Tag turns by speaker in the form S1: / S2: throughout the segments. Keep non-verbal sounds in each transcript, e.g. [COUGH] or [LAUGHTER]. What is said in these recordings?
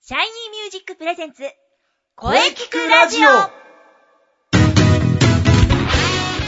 S1: シャイニーミュージックプレゼンツ、
S2: 声聞くラジオ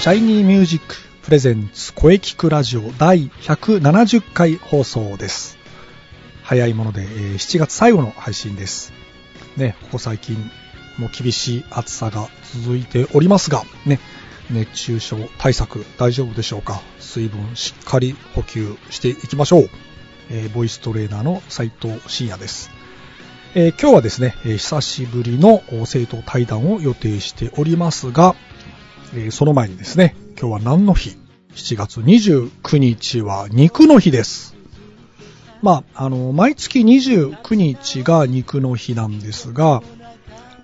S3: シャイニーミュージックプレゼンツ声聞くラジオ第170回放送です。早いもので、えー7月最後の配信です。ね、ここ最近もう厳しい暑さが続いておりますが、ね、熱中症対策大丈夫でしょうか水分しっかり補給していきましょう。えーボイストレーナーの斉藤慎也です。えー今日はですね、えー久しぶりのお生徒対談を予定しておりますが、えーその前にですね、今日は何の日 ?7 月29日は肉の日です。まあ、あの、毎月29日が肉の日なんですが、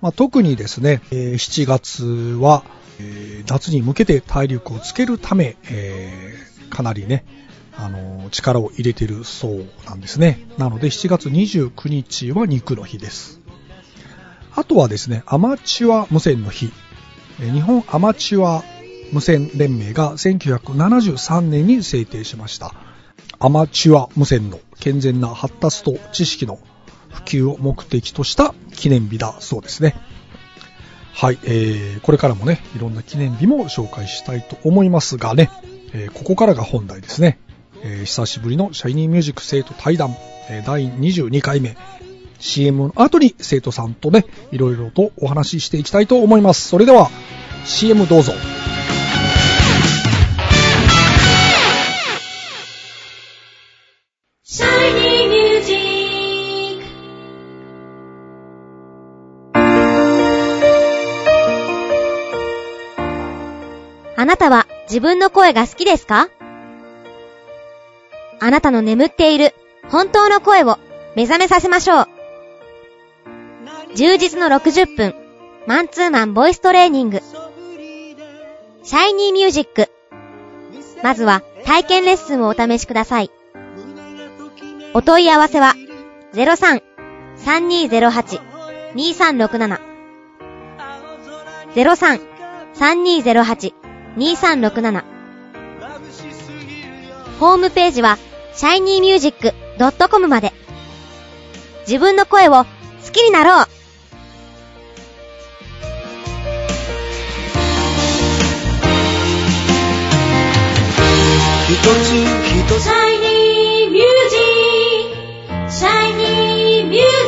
S3: まあ、特にですね、えー7月は、えー夏に向けて体力をつけるため、えーかなりね、あの、力を入れてるそうなんですね。なので7月29日は肉の日です。あとはですね、アマチュア無線の日えー日本アマチュア無線連盟が1973年に制定しました。アマチュア無線の健全な発達と知識の普及を目的とした記念日だそうですね。はい、えー、これからもね、いろんな記念日も紹介したいと思いますがね、えーここからが本題ですね。えー久しぶりのシャイニーミュージック生徒対談、えー第22回目、CM の後に生徒さんとね、いろいろとお話ししていきたいと思います。それでは、CM どうぞ。
S1: シャイニーミュージックあなたは自分の声が好きですかあなたの眠っている本当の声を目覚めさせましょう。充実の60分、マンツーマンボイストレーニング、シャイニーミュージック。まずは体験レッスンをお試しください。お問い合わせは03-3208-2367 03-3208-2367ホームページは shinymusic.com まで自分の声を好きになろう
S2: 一つ一つ
S1: !Shiny Music! Shiny Music!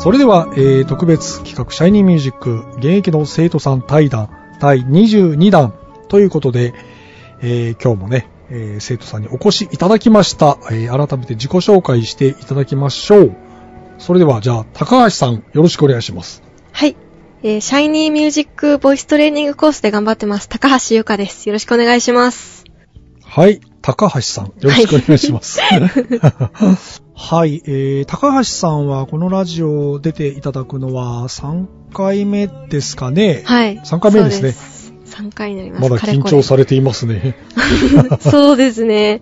S3: それでは、えー特別企画、シャイニーミュージック、現役の生徒さん対談、第22弾ということで、えー今日もね、えー生徒さんにお越しいただきました、えー改めて自己紹介していただきましょう。それでは、じゃあ、高橋さん、よろしくお願いします。
S4: はい。えーシャイニーミュージックボイストレーニングコースで頑張ってます。高橋優香です。よろしくお願いします。
S3: はい、高橋さん、よろしくお願いします。 [LAUGHS] はい、えー、高橋さんはこのラジオ出ていただくのは3回目ですかね。
S4: はい。
S3: 3回目ですね
S4: そうです3回になります。
S3: まだ緊張されています
S4: [LAUGHS]
S3: ね。
S4: かれこれそうですね。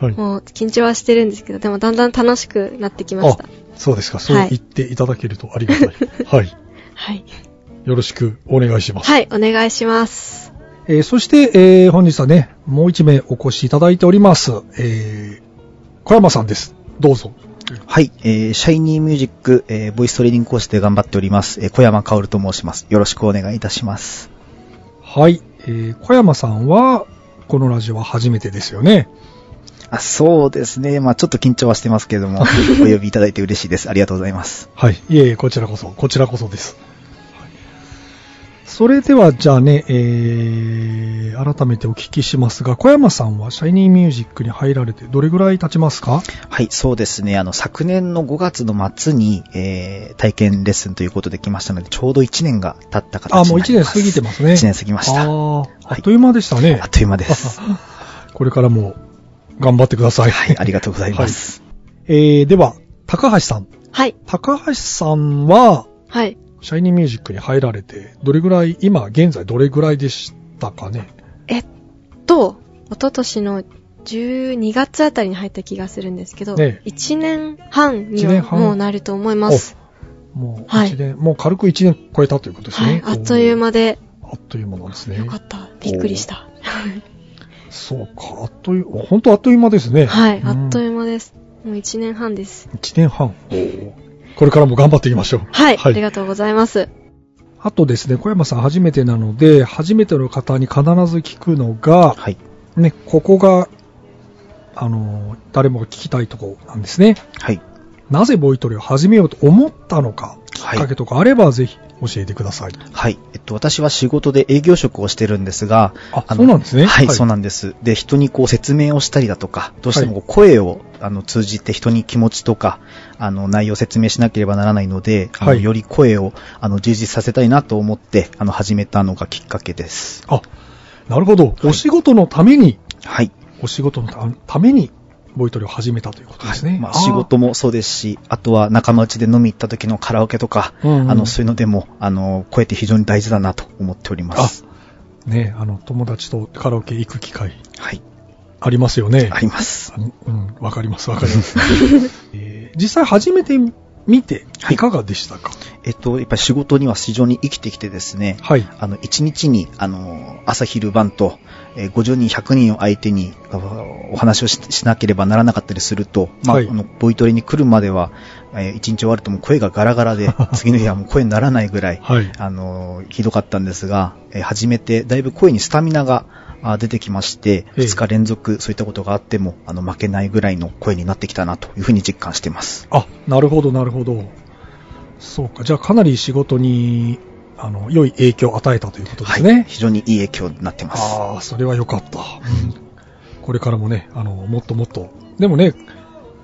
S3: はい。
S4: もう緊張はしてるんですけど、でもだんだん楽しくなってきま
S3: あ
S4: した。、
S3: そうですか。そう言っていただけるとありがたい。
S4: [LAUGHS]
S3: はい。
S4: はい。
S3: よろしくお願いします。
S4: はい、お願いします。
S3: えーそして、えー本日はね、もう一名お越しいただいております。えー、小山さんです。どうぞ。
S5: はい、えー、シャイニーミュージック、えー、ボイストレーニング講師で頑張っております、えー、小山薫と申します。よろしくお願いいたします。
S3: はい。えー、小山さんは、このラジオは初めてですよね。
S5: あ、そうですね。まあちょっと緊張はしてますけれ
S3: [LAUGHS]
S5: ども、お呼びいただいて嬉しいです。ありがとうございます。
S3: はい。いえいえ、こちらこそ、こちらこそです。それでは、じゃあね、えー、改めてお聞きしますが、小山さんはシャイニーミュージックに入られてどれぐらい経ちますか
S5: はい、そうですね。あの、昨年の5月の末に、えー、体験レッスンということで来ましたので、ちょうど1年が経った形になり
S3: あ、
S5: ます。
S3: もう1年過ぎてますね。
S5: 1年過ぎました。
S3: あ
S5: あ
S3: ーあ
S5: は
S3: っ
S5: い
S3: という間でしたね。
S5: っという
S3: [LAUGHS]
S5: 間です。
S3: これからも頑張ってください。
S5: はい、ありがとうございます。
S3: えー、では、高橋さん。
S4: はい。
S3: 高橋さんは、
S4: はい。
S3: シャイニーミュージックに入られて、どれぐらい、今、現在どれぐらいでしたかね
S4: えっと、一昨年の12月あたりに入った気がするんですけど、
S3: え
S4: 1年半に
S3: 一年
S4: は
S3: 半
S4: もうなると思います。
S3: もう
S4: はい
S3: 1年、もう軽く1年超えたということです
S4: はい
S3: ね。。
S4: あっという間で、
S3: おー。あっという間なんですね
S4: よ。かった。びっくりした。
S3: そうか、あっという、本当あっという間ですね。
S4: はい、あっというう間です。もう1年半です。
S3: 間。1年半。これからも頑張っていきましょう。
S4: はい、
S3: は
S4: あり
S3: い。
S4: がとうございます。
S3: あとですね、小山さん初めてなので、初めての方に必ず聞くのが、
S5: はい。
S3: ね、ここが、あのー、誰もが聞きたいとこなんですね。
S5: はい。
S3: なぜボイトレを始めようと思ったのか、き
S5: は
S3: っかけ
S5: い。
S3: とかあれば、ぜひ教えてください。
S5: はい。えっと、私は仕事で営業職をしてるんですが、
S3: あ
S5: あの
S3: そうなんですね。
S5: はい、そうなんです。で、人にこう説明をしたりだとか、どうしてもこう声を、あの通じて人に気持ちとか、あの内容を説明しなければならないので、あの
S3: はい
S5: より声をあの充実させたいなと思って、あの始めたのがきっかけです。
S3: あ、なるほど。お仕事のために、
S5: はい。
S3: お仕事のたために、ボイトレを始めたということですね。
S5: まあ、
S3: ー
S5: 仕事もそうですし、あとは仲間内で飲み行った時のカラオケとか、
S3: うんうん
S5: あの、そういうのでも、あの、声って非常に大事だなと思っております。
S3: ね、あの、友達とカラオケ行く機会
S5: はい。
S3: ありますよね。
S5: あります。
S3: あのうん、わかります、わかり
S5: [LAUGHS]
S3: ます。えー実際初めて見て、いかがでしたか
S5: えっと、やっぱり仕事には非常に生きてきてですね、
S3: はい。
S5: あの、1日に、あの、朝昼晩と、えー50人、100人を相手に、あのお話をししなければならなかったりすると、まあ、
S3: はい
S5: このボイトレに来るまでは、え1日終わるともう声がガラガ
S3: [LAUGHS]
S5: ラで、次の日はもう声にならないぐらい、
S3: はい。
S5: あの、ひどかったんですが、えー始めて、だいぶ声にスタミナがあ出てきまして、
S3: ええ
S5: 2日連続そういったことがあっても、あの、負けないぐらいの声になってきたなというふうに実感しています。
S3: あ、なるほど、なるほど。そうか。じゃあ、かなり仕事に、あの、良い影響を与えたということですね。
S5: はい。非常にいい影響になってます。
S3: ああ、それは良かった。これからもね、あの、もっともっと。でもね、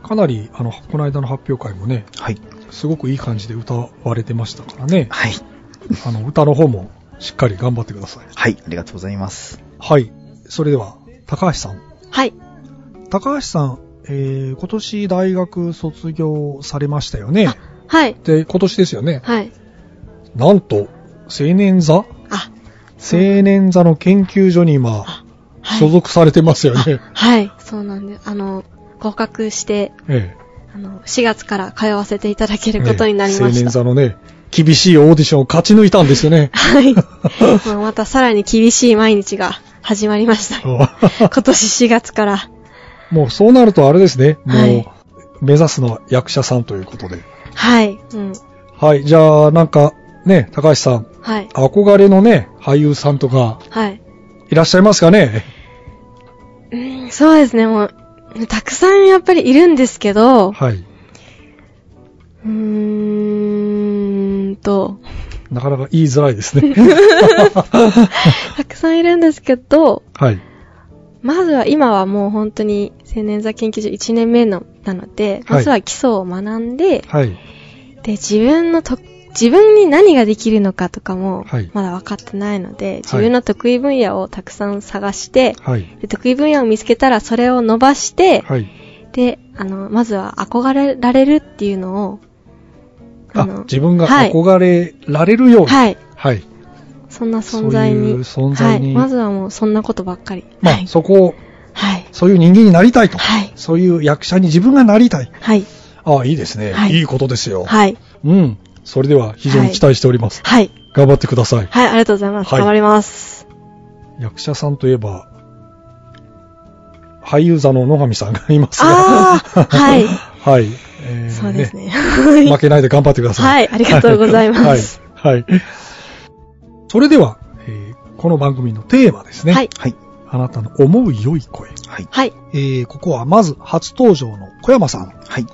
S3: かなり、あの、この間の発表会もね、
S5: はい。
S3: すごくいい感じで歌われてましたから
S4: [LAUGHS]
S3: ね。
S5: はい。
S3: あの、歌の方もしっかり頑張ってください。
S5: はい。ありがとうございます。
S3: はい。それでは、高橋さん。
S4: はい、
S3: 高橋さん、えー、今年大学卒業されましたよね。
S4: はい、
S3: で、今年ですよね。
S4: はい。
S3: なんと、青年座青
S4: あ、
S3: 年座の研究所に今、
S4: はい。
S3: 所属されてますよね。
S4: はい、そうなんです。あの、合格して、
S3: ええ
S4: あの、4月から通わせていただけることになりま
S3: ね
S4: し
S3: 青年
S4: た。。
S3: 座のね、厳しいオーディションを勝ち抜いたんですよね
S4: [LAUGHS] はい。まあまたさらに厳しい毎日が始まりました。
S3: [LAUGHS]
S4: 今年4月から。
S3: もうそうなるとあれですね。もう、
S4: はい
S3: 目指すのは役者さんということで。
S4: はい、うん。
S3: はい、じゃあなんか、ね、高橋さん、
S4: はい、
S3: 憧れのね、俳優さんとか、
S4: はい。
S3: いらっしゃいますかね
S4: うんそうですね、もう、たくさんやっぱりいるんですけど、
S3: はい。
S4: うーんと、
S3: なかなか言いづらいです
S4: [LAUGHS]
S3: ね。
S4: たくさんいるんですけど、
S3: はい。
S4: まずは今はもう本当に青年座研究所1年目のなので、
S3: はい
S4: まずは基礎を学んで、
S3: はい。
S4: で、自分のと、自分に何ができるのかとかも
S3: はい、
S4: まだ分かってないので、自分の得意分野をたくさん探して、
S3: はい。
S4: で得意分野を見つけたらそれを伸ばして、
S3: はい。
S4: で、あの、まずは憧れられるっていうのを、
S3: あ、
S4: の、
S3: 自分が
S4: はい
S3: 憧れられるように。はい。
S4: はい、そんな存在に。
S3: そういう存在に
S4: はい、まずはもうそんなことばっかり。
S3: まあ、
S4: はい。
S3: そこを、
S4: はい。
S3: そういう人間になりたいと。
S4: はい。
S3: そういう役者に自分がなりたい。
S4: はい。
S3: ああ、いいですね。
S4: はい
S3: い、いことですよ。
S4: はい。
S3: うん。それでは非常に期待しております。
S4: はい。
S3: 頑張ってください。
S4: はい、ありがとうございます。
S3: はい
S4: 頑張り
S3: [LAUGHS]
S4: ます。
S3: 役者さんといえば、俳優座の野上さんがいますが。
S4: ああ、はい。
S3: [LAUGHS] はい。えー
S4: そうですね。
S3: 負けないで頑張ってください。
S4: [LAUGHS] はいありがとうございます。
S3: はい。はいそれでは、えーこの番組のテーマですね。
S4: はい。
S5: はい。
S3: あなたの思う良い声。
S5: はい。
S4: はい。
S3: えーここはまず初登場の小山さん。
S5: はい。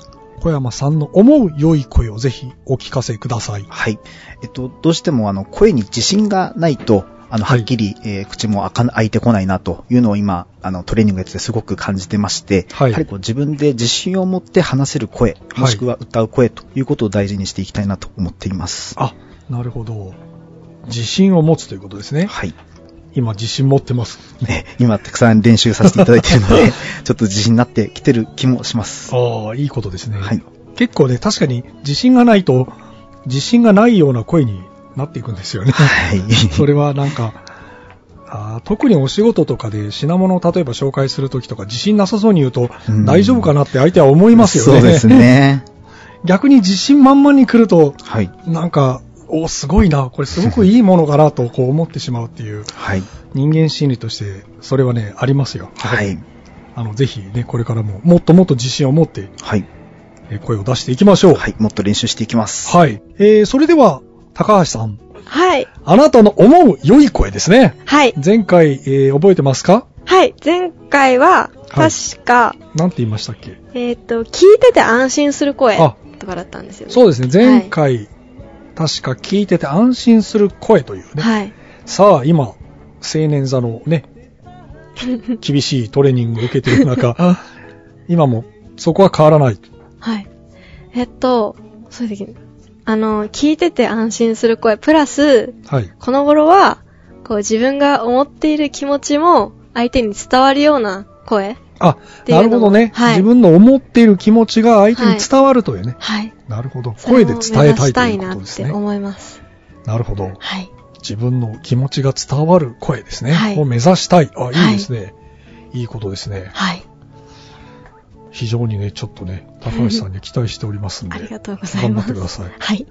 S3: 小山さんの思う良い声をぜひお聞かせください。
S5: はい。えっと、どうしても、あの、声に自信がないと、あの、
S3: は
S5: はいっきり、えー口も開かな開いてこないなというのを今、あの、トレーニングやつですごく感じてまして、
S3: はい
S5: やはりこう自分で自信を持って話せる声、もしくは歌う声ということを大事にしていきたいなと思っています。
S3: あ、なるほど。自信を持つということですね。
S5: はい。
S3: 今自信持ってます。
S5: ね、今、たくさん練習させていただいているので、ちょっと自信になってきてる気もします。
S3: ああ、いいことですね。
S5: はい。
S3: 結構ね、確かに自信がないと、自信がないような声になっていくんですよ
S5: [LAUGHS]
S3: ね。
S5: はい。
S3: それはなんか、あー特にお仕事とかで品物を例えば紹介するときとか自信なさそうに言うと
S5: うん
S3: 大丈夫かなって相手は思いますよね。
S5: そうですね。
S3: [LAUGHS] 逆に自信満々に来ると、
S5: はい。
S3: なんか、お、すごいな、これすごくいいものかなとこう思ってしまうっていう、
S5: はい。
S3: 人間心理として、それはね、ありますよ。
S5: はい。
S3: あの、ぜひね、これからも、もっともっと自信を持って、
S5: はい。
S3: えー声を出していきましょう。
S5: はい。もっと練習していきます。
S3: はい。えー、それでは、高橋さん、
S4: はい。
S3: あなたの思う良い声ですね。
S4: はい。
S3: 前回、えー、覚えてますか
S4: はい。前回は、
S3: はい
S4: 確か、
S3: なんて言いましたっけ
S4: えっ、と、聞いてて安心する声
S3: あ
S4: とかだったんですよね。
S3: そうですね、前回、確か聞いてて安心する声というね。
S4: はい。
S3: さあ、今、青年座のね、厳しいトレーニングを受けている中、今もそこは変わらない。
S4: はい。えっと、そういう時に、あの、聞いてて安心する声、プラス、
S3: はい。
S4: この頃は、こう自分が思っている気持ちも相手に伝わるような声。
S3: あ、
S4: ていう
S3: な
S4: の
S3: るほどね、
S4: はい
S3: 自分の思っている気持ちが相手に伝わるというね。
S4: はい。
S3: なるほど。声で伝えたいということで
S4: そ
S3: す
S4: れを目指したいなって
S3: ね。
S4: 思います。
S3: なるほど。
S4: はい。
S3: 自分の気持ちが伝わる声ですね。
S4: はい
S3: を目指したい。あ、いい
S4: はい
S3: ですね。い、いことですね。
S4: はい。
S3: 非常にね、ちょっとね、高橋さんに期待しておりますん
S4: あり
S3: で、
S4: がとうござい
S3: 頑張
S4: ま
S3: っ
S4: す。
S3: てください。
S4: はい。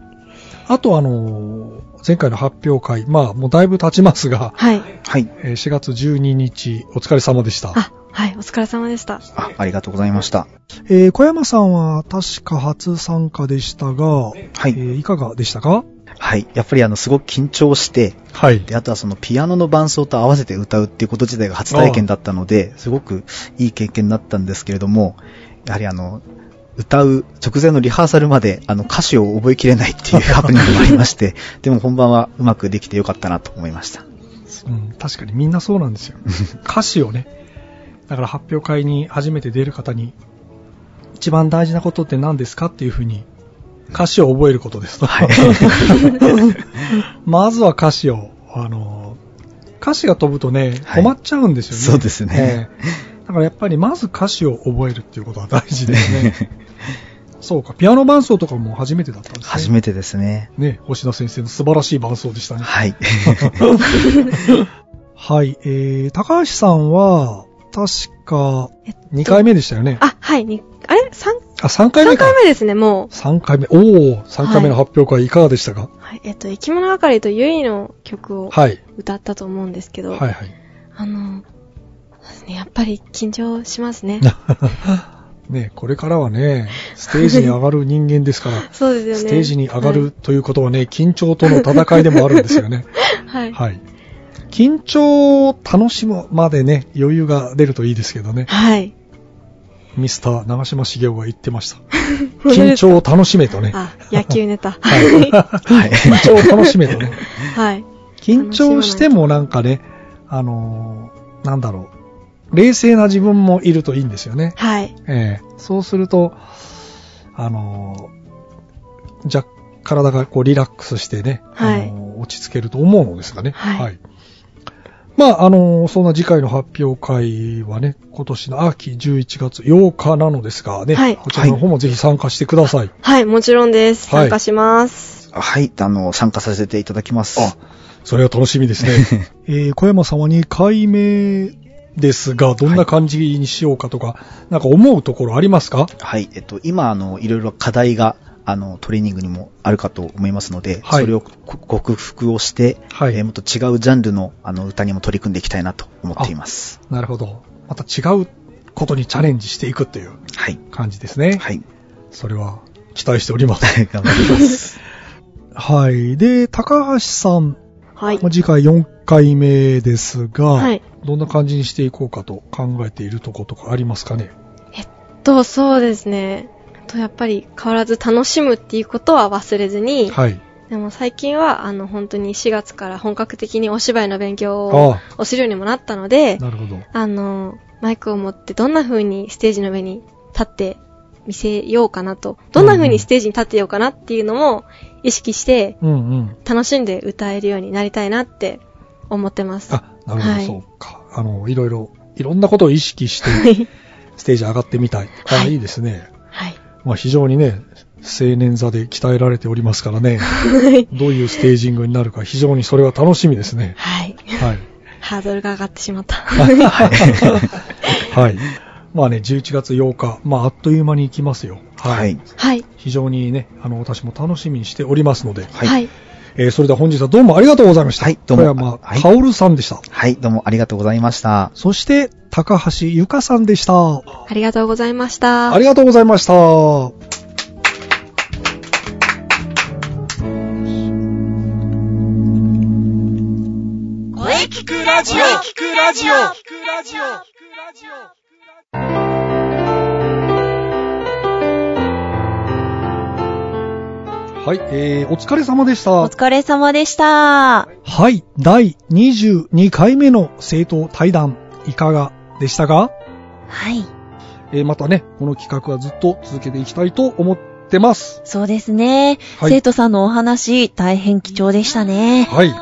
S3: あと、あのー前回の発表会、まあ、もうだいぶ経ちますが、
S4: はい。
S5: はい。
S3: えー4月12日、お疲れ様でした。
S4: あ、はい。お疲れ様でした。
S5: あ、ありがとうございました。
S3: えー小山さんは確か初参加でしたが、
S5: はい
S3: えーいかがでしたか
S5: はい。やっぱりあの、すごく緊張して、
S3: はい。
S5: で、あとはそのピアノの伴奏と合わせて歌うっていうこと自体が初体験だったので、すごくいい経験になったんですけれども、やはりあの、歌う直前のリハーサルまであの歌詞を覚えきれないっていうハプニングがありま
S3: [LAUGHS]
S5: して、でも本番はうまくできてよかったなと思いました。
S3: うん、確かにみんなそうなん
S5: [LAUGHS]
S3: ですよ。歌詞をね、だから発表会に初めて出る方に、一番大事なことって何ですかっていうふうに、歌詞を覚えることですと。 [LAUGHS] まずは歌詞を、あの、歌詞が飛ぶとね、
S5: はい
S3: 困っちゃうんですよね。
S5: そうですね
S3: ええだからやっぱりまず歌詞を覚えるっていうことは大事です
S5: [LAUGHS]
S3: ね。そうか、ピアノ伴奏とかも初めてだったんですね。
S5: 初めてですね。
S3: ね、星野先生の素晴らしい伴奏でしたね。 [LAUGHS]
S5: はい。
S3: はい、えー、高橋さんは、確か、2回目でしたよね。
S4: あ、はい。にあれ ?3
S3: あ、3回目
S4: 3
S3: か
S4: 回。目ですね、も
S3: 3回目。おー、3回目の発表会いかがでしたか
S4: う。はい、えっと、生き物係とゆいの曲を
S3: はい。
S4: 歌ったと思うんですけど、
S3: はいはい。
S4: あの、そうですねやっぱり緊張しますね。
S3: [LAUGHS] ね、これからはね、ステージに上がる人間ですから、
S4: そう [LAUGHS] ですよね。
S3: ステージに上がるということはね、緊張との戦いでもあるんですよ
S4: [LAUGHS]
S3: ね。
S4: はい。は
S3: は
S4: い。
S3: い。緊張を楽しむまでね、余裕が出るといいですけどね。
S4: はい。
S3: ミスター長嶋茂雄が言ってました。緊張を楽しめとね。
S4: [LAUGHS] あ、野球ネタ。
S3: [LAUGHS] は
S4: はいい。
S3: 緊張を楽しめとね。
S4: はい。
S3: 緊張してもなんかね、あのーなんだろう。冷静な自分もいるといいんですよね。
S4: はい。
S3: ええそうすると、あのーじゃ、体がこうリラックスしてね、
S4: はい
S3: あのー落ち着けると思うのですがね。
S4: はい
S3: まあ、あのーそんな次回の発表会はね、今年の秋11月8日なのですがね、
S4: はい
S3: こちらの方もぜひ参加してください。
S4: はい、もちろんです。
S3: はい
S4: 参加します。
S5: はい。あの、参加させていただきます。
S3: あそれは楽しみです
S5: [LAUGHS]
S3: ね。えー小山さんは2回目ですが、どんな感じにしようかとか、なんか思うところありますか
S5: はい。えっと、今、あの、いろいろ課題が、あの、トレーニングにもあるかと思いますので、
S3: はい
S5: それをこ克服をして、
S3: はい
S5: えーもっと違うジャンルの、あの、歌にも取り組んでいきたいなと思っています。
S3: なるほど。また違うことにチャレンジしていくという
S5: はい。
S3: 感じですね。
S5: はい。
S3: それは期待しております。
S5: [LAUGHS] 頑張ります。
S3: はい。で、高橋さん、
S4: はい。
S3: 次回4回目ですが、
S4: はい。
S3: どんな感じにしていこうかと考えているとことかありますかね
S4: と、そうですね。と、やっぱり変わらず楽しむっていうことは忘れずに、
S3: はい。
S4: でも最近は、あの、本当に4月から本格的にお芝居の勉強を
S3: あ
S4: をするようにもなったので
S3: あ、、なるほど。
S4: あの、マイクを持ってどんな風にステージの上に立って見せようかなと、どんな風にステージに立ってようかなっていうのも意識して、
S3: うんうん。
S4: 楽しんで歌えるようになりたいなって思ってます。
S3: あ、なるほど、
S4: はい
S3: そうか。あの、いろいろ、いろんなことを意識して、
S4: はい。
S3: ステージ上がってみたい。あ、、
S4: はいい
S3: いですね。
S4: はい。
S3: まあ非常にね、青年座で鍛えられておりますからね、どういうステージングになるか非常にそれは楽しみですね。
S4: はい。
S3: はい。
S4: ハードルが上がってしまった。 [LAUGHS]
S3: はい。まあね、11月8日、まああっという間に行きますよ。
S5: はい。
S4: はい。
S3: 非常にね、あの、私も楽しみにしておりますので、
S4: はい。
S3: えーそれでは本日はどうもありがとうございました。
S5: はいどうも
S3: 小山
S5: はい
S3: 薫さんでした。
S5: はい、どうもありがとうございました。
S3: そして、高橋ゆかさんでした。
S4: ありがとうございました。
S3: ありがとうございました。
S2: 声聞くラジオ声聞くラジオ
S3: はい、えー、お疲れ様でし
S6: お
S3: た。
S6: 疲れ様でした。
S3: はい、第22回目の政党対談、いかがでしたか
S6: はい。
S3: えー、またね、この企画はずっと続けていきたいと思ってます。
S6: そうですね。
S3: はい
S6: 生徒さんのお話、大変貴重でしたね。
S3: はい。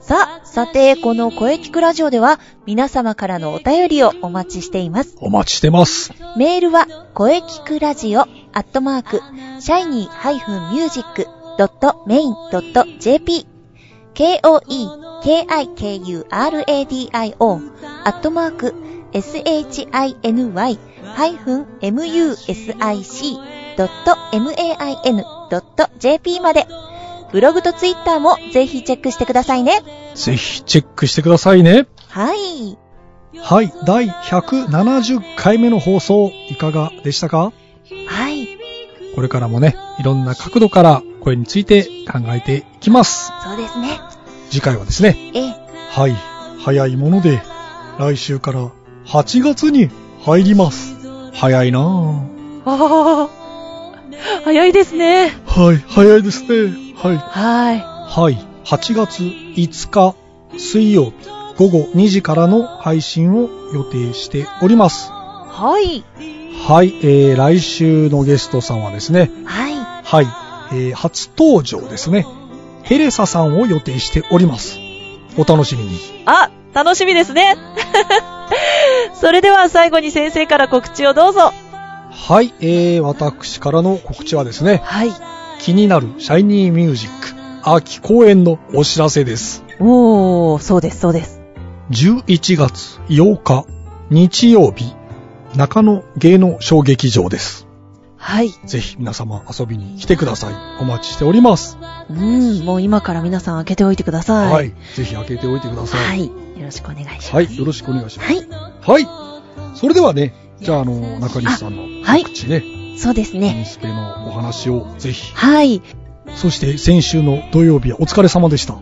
S6: さあ、さて、この声聞くラジオでは、皆様からのお便りをお待ちしています。
S3: お待ちしてます。
S6: メールは、声聞くラジオ、アットマーク、shiny-music.main.jp、k-o-e-k-i-k-u-r-a-d-i-o、アットマーク、shiny-music.main.jp まで、ブログとツイッターもぜひチェックしてくださいね。
S3: ぜひチェックしてくださいね。
S6: はい。
S3: はい、第170回目の放送、いかがでしたか
S6: はい。
S3: これからもね、いろんな角度から声について考えていきます。
S6: そうですね。
S3: 次回はですね、
S6: ええ、
S3: はい、早いもので、来週から8月に入ります。早いなぁ。
S6: ああ、早いですね。
S3: はい、早いですね。はい。
S6: は
S3: はい、8月5日水曜日午後2時からの配信を予定しております。
S6: い。はい。
S3: はい、えー、来週のゲストさんはですね、
S6: は
S3: はい、えー、初登場ですね。ヘレサさんを予定しております。お楽しみに。
S6: い。あ、楽しみですね。 [LAUGHS] それでは最後に先生から告知をどうぞ。
S3: はい、えー、私からの告知はですね、
S6: はい。
S3: 気になるシャイニーミュージック秋公演のお知らせです。
S6: おー、そうです、そうです。
S3: 11月8日日曜日、中野芸能小劇場です。
S6: はい。
S3: ぜひ皆様遊びに来てください。お待ちしております。
S6: うん、もう今から皆さん開けておいてください。
S3: はい。。ぜひ開けておいてくださ。
S6: はいい。よろしくお願いします。
S3: はい。よろしくお願いしま
S6: はい。
S3: す。はい。それではね、じゃあ、あの、中西さんの
S6: はい
S3: 告知ね、
S6: そうです
S3: イ
S6: ね。
S3: ンスペのお話をぜひ。
S6: はい。
S3: そして先週の土曜日はお疲れ様でした。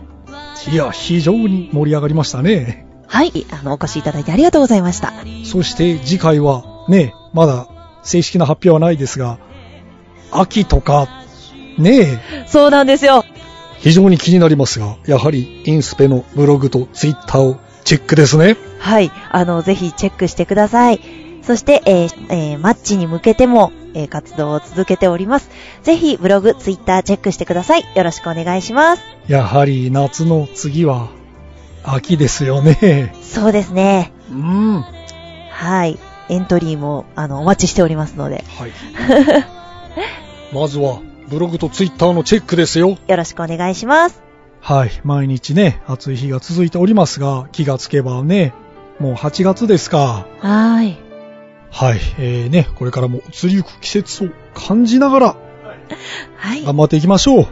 S3: いや、非常に盛り上がりましたね。
S6: はい。あの、お越しいただいてありがとうございました。
S3: そして次回は、ね、まだ正式な発表はないですが、秋とか、ねえ、
S6: そうなんですよ。
S3: 非常に気になりますが、やはりインスペのブログとツイッターをチェックですね。
S6: はい。あの、ぜひチェックしてください。そして、えーえーマッチに向けても、えー活動を続けております。ぜひ、ブログ、ツイッターチェックしてください。よろしくお願いします。
S3: やはり夏の次は秋ですよね。
S6: そうですね。
S3: うん。は
S6: はい。エントリーも、あの、お待ちしておりますので、
S3: い。 [LAUGHS] まずはブログとツイッターのチェックですよ。
S6: よろしくお願いします。
S3: はい。毎日ね、暑い日が続いておりますが、気がつけばね、もう8月ですか。
S6: はい。
S3: はい。えーね、これからも移りゆく季節を感じながら
S6: はい。
S3: 頑張っていきましょう。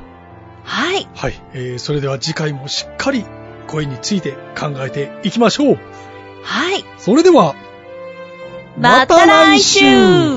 S6: はい。
S3: はい。えー、それでは次回もしっかり声について考えていきましょう。
S6: はい。
S3: それでは、
S6: また来週